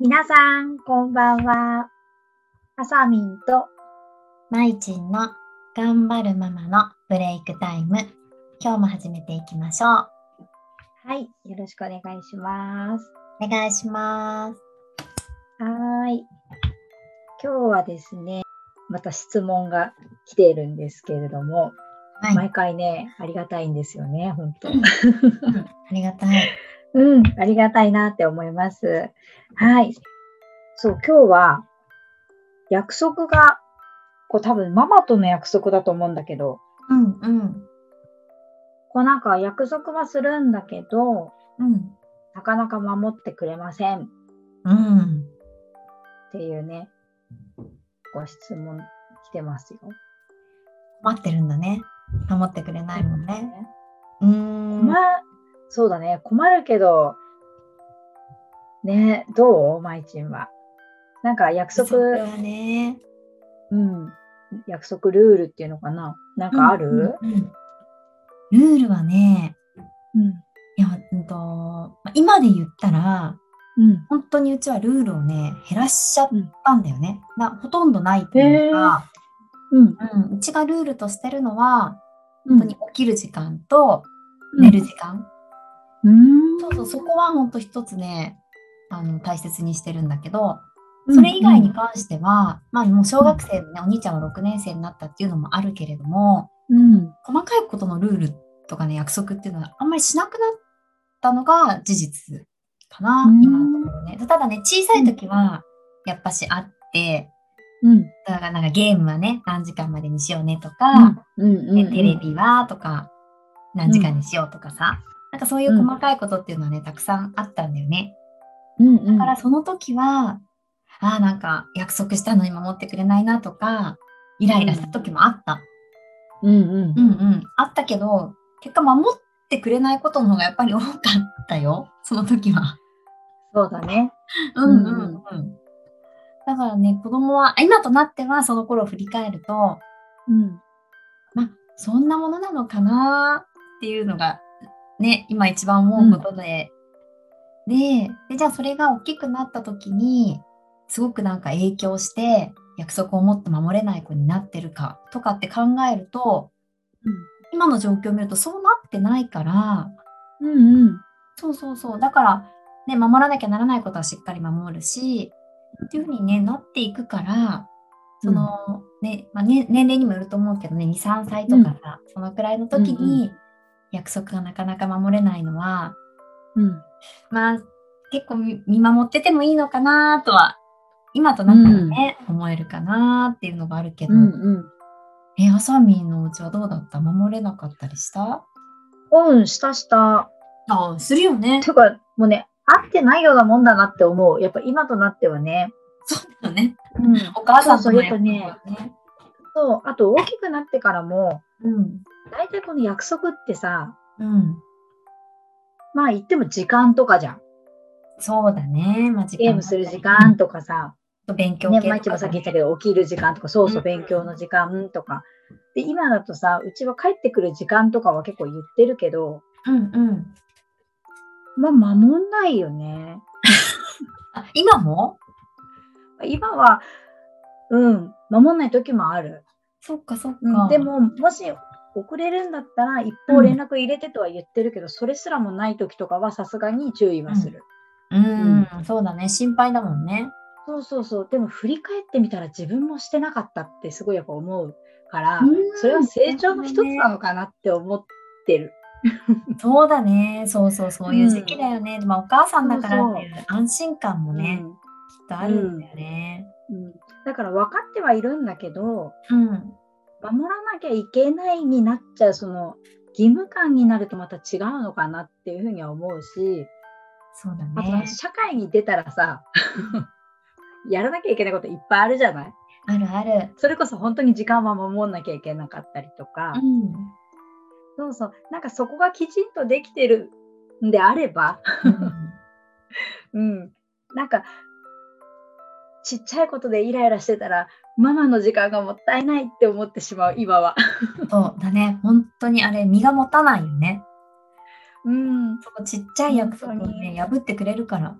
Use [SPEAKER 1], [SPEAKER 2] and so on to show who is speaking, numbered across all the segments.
[SPEAKER 1] 皆さん、こんばんは。あさみんと、
[SPEAKER 2] まいちんの頑張るママのブレイクタイム。今日も始めていきましょう。
[SPEAKER 1] はい、よろしくお願いします。
[SPEAKER 2] お願いします。
[SPEAKER 1] はーい。今日はですね、また質問が来ているんですけれども、
[SPEAKER 2] はい。
[SPEAKER 1] 毎回ね、ありがたいんですよね、本当。
[SPEAKER 2] うんありがたい。
[SPEAKER 1] うん、ありがたいなって思います。はい。そう、今日は、約束が、こう多分ママとの約束だと思うんだけど、
[SPEAKER 2] うんうん。
[SPEAKER 1] こうなんか約束はするんだけど、
[SPEAKER 2] うん。
[SPEAKER 1] なかなか守ってくれませんっ
[SPEAKER 2] うん。
[SPEAKER 1] ていうね、ご質問来てますよ。
[SPEAKER 2] 待ってるんだね。守ってくれないもんね。うーん。
[SPEAKER 1] 困そうだね、困るけど、ね、どうまいちんは。なんか約
[SPEAKER 2] そこ
[SPEAKER 1] 束、
[SPEAKER 2] はね。
[SPEAKER 1] うん、約束ルールっていうのかななんかある、
[SPEAKER 2] うんうんうんルールはね、
[SPEAKER 1] うん。
[SPEAKER 2] いや、うんと、まあ今で言ったら、
[SPEAKER 1] うん。
[SPEAKER 2] 本当にうちはルールをね、減らしちゃったんだよね。なほとんどないと
[SPEAKER 1] へ
[SPEAKER 2] い
[SPEAKER 1] ー
[SPEAKER 2] うか、
[SPEAKER 1] うん。
[SPEAKER 2] うん、うちがルールとしてるのは、
[SPEAKER 1] 本
[SPEAKER 2] 本当に起きる時間と寝る時間、
[SPEAKER 1] うん。
[SPEAKER 2] そうそうそこは本当一つねあの大切にしてるんだけどそれ以外に関しては、まあもう小学生のねお兄ちゃんは6年生になったっていうのもあるけれども
[SPEAKER 1] うん。
[SPEAKER 2] 細かいことのルールとかね約束っていうのはあんまりしなくなったのが事実かな、
[SPEAKER 1] うん
[SPEAKER 2] 今のところねただね小さい時はやっぱしあって
[SPEAKER 1] うん。
[SPEAKER 2] だからなんかゲームはね何時間までにしようねとか、
[SPEAKER 1] うん。うん。
[SPEAKER 2] でテレ。ビはとか何時間にしようとかさ、なんかそういう細かいことっていうのはねたくさんあったんだよね。
[SPEAKER 1] うん。う
[SPEAKER 2] だ
[SPEAKER 1] ん
[SPEAKER 2] からその時はああなんか約束したのに守ってくれないなとかイライラした時もあった。
[SPEAKER 1] うん。
[SPEAKER 2] うんうんあったけど結果守ってくれないことの方がやっぱり多かったよその時は。
[SPEAKER 1] そうだね。
[SPEAKER 2] うんうんうん。だからね子供は今となってはその頃を振り返ると
[SPEAKER 1] うん。
[SPEAKER 2] まあ、そんなものなのかなっていうのが、ね、今一番思うことで、でで、じゃあそれが大きくなった時に、すごくなんか影響して、約束をもっと守れない子になってるかとかって考えると、今の状況を見るとそうなってないから、
[SPEAKER 1] うん。うん。
[SPEAKER 2] そうそうそう、だから、ね、守らなきゃならないことはしっかり守るし、っていうふうに、ね、なっていくから、その、ねまあ、ね年齢にもよると思うけどね23歳とかさ、そのくらいの時
[SPEAKER 1] うんう
[SPEAKER 2] に約束がなかなか守れないのは、
[SPEAKER 1] うん。
[SPEAKER 2] まあ結構み見守っててもいいのかなとは今となったらね、思えるかなっていうのがあるけど、
[SPEAKER 1] うん。うん。
[SPEAKER 2] えあさみんのお家はどうだった守れなかったりした
[SPEAKER 1] うん。したした。
[SPEAKER 2] あするよね
[SPEAKER 1] て。いうか、もうね、合ってないようなもんだなって思う。やっぱ今となってはね。
[SPEAKER 2] そうだよね。
[SPEAKER 1] うん。
[SPEAKER 2] お母さんと
[SPEAKER 1] そうそう
[SPEAKER 2] の
[SPEAKER 1] やっぱ
[SPEAKER 2] 約
[SPEAKER 1] ね
[SPEAKER 2] 束はね。
[SPEAKER 1] そう。あと、大きくなってからも、
[SPEAKER 2] うん。
[SPEAKER 1] 大体この約束ってさ、
[SPEAKER 2] うん。
[SPEAKER 1] まあ言っても時間とかじゃん。
[SPEAKER 2] そうだね。まあ、時間
[SPEAKER 1] ゲームする時間とかさ、
[SPEAKER 2] と勉強
[SPEAKER 1] ね、
[SPEAKER 2] 系
[SPEAKER 1] 毎日
[SPEAKER 2] と
[SPEAKER 1] も
[SPEAKER 2] か
[SPEAKER 1] さっき言
[SPEAKER 2] ね
[SPEAKER 1] ったけど、起きる時間とか、そうそうう、
[SPEAKER 2] ん
[SPEAKER 1] 勉強の時間とか。で、今だとさ、うちは帰ってくる時間とかは結構言ってるけど、
[SPEAKER 2] うんうん。
[SPEAKER 1] まあ、守んないよね。
[SPEAKER 2] あ今も
[SPEAKER 1] 今は、うん、守んない時もある。
[SPEAKER 2] そっかそっか。
[SPEAKER 1] うん、で、も、もし遅れるんだったら、一方連絡入れてとは言ってるけど、それすらもない時とかはさすがに注意はする。
[SPEAKER 2] うん、そうだね。心配だもんね。
[SPEAKER 1] そうそうそう。でも、振り返ってみたら自分もしてなかったってすごいやっぱ思うから、それは成長の一つなのかなって思ってる。
[SPEAKER 2] そうだね。そうそう、そういう時期だよね。まあ、お母さんだからっていう安心感もね、
[SPEAKER 1] うん
[SPEAKER 2] きっとあるんだよね。
[SPEAKER 1] うん、だから分かってはいるんだけど
[SPEAKER 2] うん。
[SPEAKER 1] 守らなきゃいけないになっちゃうその義務感になるとまた違うのかなっていうふうには思うし
[SPEAKER 2] そうだ
[SPEAKER 1] あとなんか
[SPEAKER 2] ね。
[SPEAKER 1] 社会に出たらさ やらなきゃいけないこといっぱいあるじゃない
[SPEAKER 2] あるある。
[SPEAKER 1] それこそ本当に時間は守んなきゃいけなかったりとか、
[SPEAKER 2] うん。
[SPEAKER 1] そうそうなんかそこがきちんとできてるんであれば、うん、なんかちっちゃいことでイライラしてたらママの時間がもったいないって思ってしまう今は。
[SPEAKER 2] そうだね。本当にあれ、身が持たないよね。
[SPEAKER 1] うん
[SPEAKER 2] そこちっちゃい約束を
[SPEAKER 1] 本当に
[SPEAKER 2] ね、破ってくれるから。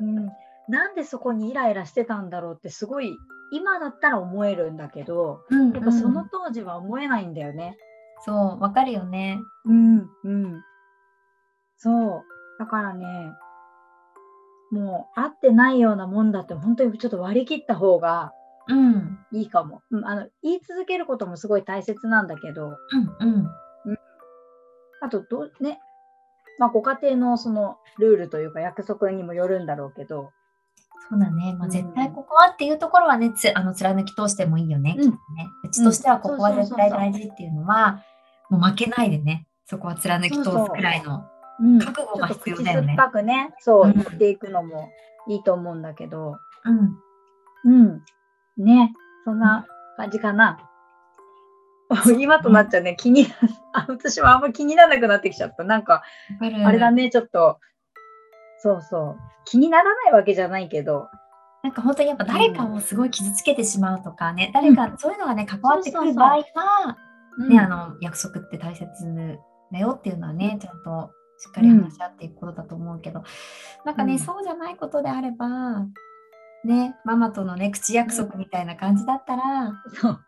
[SPEAKER 1] うん、なんでそこにイライラしてたんだろうってすごい今だったら思えるんだけど、
[SPEAKER 2] うんうん
[SPEAKER 1] やっぱその当時は思えないんだよね。
[SPEAKER 2] そう、わかるよね。
[SPEAKER 1] うん、うん。そう。だからね、もう会ってないようなもんだって本当にちょっと割り切った方が
[SPEAKER 2] うん、うん、
[SPEAKER 1] いいかも。うん、あの言い続けることもすごい大切なんだけど、
[SPEAKER 2] うん。
[SPEAKER 1] あとどう、ね、まあご家庭のそのルールというか約束にもよるんだろうけど、
[SPEAKER 2] そうだね。まあ、
[SPEAKER 1] うん
[SPEAKER 2] 絶対ここはっていうところはね、つあの貫き通してもいいよね。
[SPEAKER 1] うん
[SPEAKER 2] きっとねうちとしては
[SPEAKER 1] ん
[SPEAKER 2] ここは
[SPEAKER 1] そうそうそ
[SPEAKER 2] 絶
[SPEAKER 1] う
[SPEAKER 2] 対大事っていうのは、もう負けないでね、そこは貫き通すくらいの。
[SPEAKER 1] うん、
[SPEAKER 2] 覚悟が必要だよね
[SPEAKER 1] ちょっと口酸っぱくね、そうう、
[SPEAKER 2] ん
[SPEAKER 1] 言っていくのもいいと思うんだけど、
[SPEAKER 2] うん。
[SPEAKER 1] うん。ね、そんな感じかな。 今となっちゃうね、気にな、 あ私はあんま気にならなくなってきちゃった。なんか、
[SPEAKER 2] わかる。
[SPEAKER 1] あれだね、ちょっと、そうそう。気にならないわけじゃないけど、
[SPEAKER 2] なんか本当にやっぱ誰かをすごい傷つけてしまうとかね、誰か、そういうのがね、関わってくる場合は、ね、あの、約束って大切だよっていうのはね、ちゃんとしっかり話し合っていくことだと思うけど、なんかね、
[SPEAKER 1] うん
[SPEAKER 2] そうじゃないことであれば、ね、ママとのね、口約束みたいな感じだったら、
[SPEAKER 1] そう、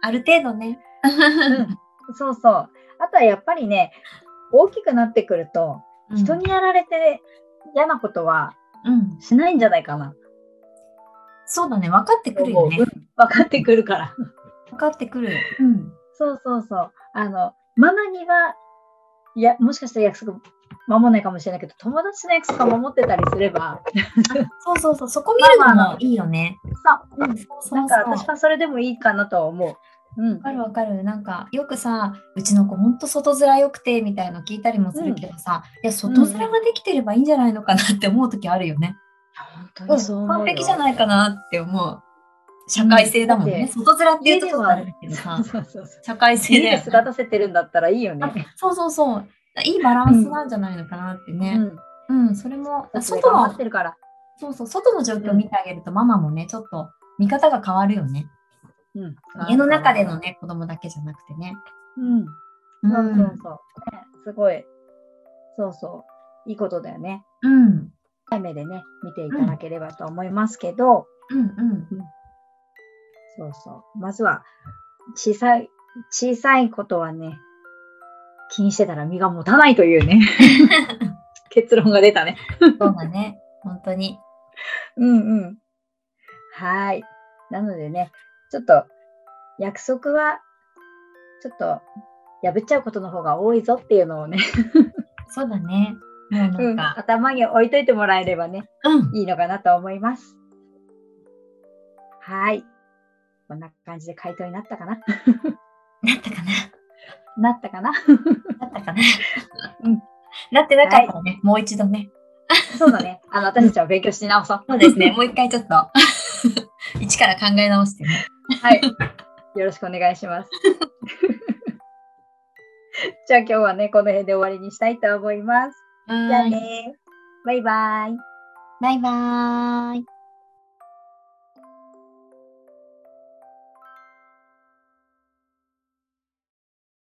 [SPEAKER 2] ある程度ね、
[SPEAKER 1] うんそうそう。あとはやっぱりね、大きくなってくると、人にやられて嫌なことは
[SPEAKER 2] うん、うん、
[SPEAKER 1] しないんじゃないかな。
[SPEAKER 2] そうだね、分かってくるよね
[SPEAKER 1] 思う。うん分かってくるから。
[SPEAKER 2] 分かってくる。うん、
[SPEAKER 1] そうそうそう。あの、ママには、いや、もしかしたら約束守らないかもしれないけど、友達の約束は守ってたりすれば、
[SPEAKER 2] そうそうそう、そこ見る
[SPEAKER 1] ママ
[SPEAKER 2] の
[SPEAKER 1] の
[SPEAKER 2] もいいよね。
[SPEAKER 1] さ、
[SPEAKER 2] うん、そうそうそう。
[SPEAKER 1] なんか私はそれでもいいかなとは思う。うん
[SPEAKER 2] わ。かるわかる。なんかよくさ、うちの子ほんと外面よくてみたいの聞いたりもするけどさ、いや、外面ができてればいいんじゃないのかなって思う時あるよね。
[SPEAKER 1] 本当
[SPEAKER 2] 完璧じゃ
[SPEAKER 1] い
[SPEAKER 2] ないかなって思う。社会性だもんね。外面って言うとちょっとあれだけど
[SPEAKER 1] そう
[SPEAKER 2] さ、
[SPEAKER 1] そうそうそう。
[SPEAKER 2] 社会性
[SPEAKER 1] 家
[SPEAKER 2] だよ
[SPEAKER 1] で
[SPEAKER 2] ね、
[SPEAKER 1] 姿せてるんだったらいいよね。
[SPEAKER 2] そうそうそう。いいバランスなんじゃないのかなって
[SPEAKER 1] う
[SPEAKER 2] ね。
[SPEAKER 1] ん。
[SPEAKER 2] うん、それも、
[SPEAKER 1] 外
[SPEAKER 2] 外
[SPEAKER 1] 頑張っ
[SPEAKER 2] の、
[SPEAKER 1] てるから。
[SPEAKER 2] そうそう、外の状況を見てあげると、ママもね、ちょっと見方が変わるよね。
[SPEAKER 1] うん。
[SPEAKER 2] 家の中での。ね、子供だけじゃなくてね。
[SPEAKER 1] うん。
[SPEAKER 2] う。
[SPEAKER 1] そうそうんそう。ね、すごい。そうそう。いいことだよね。
[SPEAKER 2] うん。
[SPEAKER 1] 深い目でね、見ていただければと思いますけど、
[SPEAKER 2] うん。うん。
[SPEAKER 1] そうそう。まずは、小さい、小さいことはね、気にしてたら身が持たないという ね、結論が出たね。
[SPEAKER 2] そうだね。本当に。
[SPEAKER 1] うんうん。はーい。なのでね、ちょっと、約束は、ちょっと、破っちゃうことの方が多いぞっていうのをね、
[SPEAKER 2] そうだね。もうな
[SPEAKER 1] うんん
[SPEAKER 2] か、
[SPEAKER 1] 頭に置いといてもらえればね、
[SPEAKER 2] うん。
[SPEAKER 1] いいのかなと思います。はーい。こんな感じで回答になったかな
[SPEAKER 2] なったかな
[SPEAKER 1] なったかな
[SPEAKER 2] なったかな
[SPEAKER 1] うん。
[SPEAKER 2] なってなかったらね、もう一度ね。
[SPEAKER 1] そうだね。あの、私たちは勉強し直そう。
[SPEAKER 2] そうです ね。もう一回ちょっと、 一から考え直してね。
[SPEAKER 1] はい。よろしくお願いします。 じゃあ今日はね、この辺で終わりにしたいと思います。じゃあ
[SPEAKER 2] はーい。
[SPEAKER 1] ね。バイバイ。
[SPEAKER 2] バイバーイ。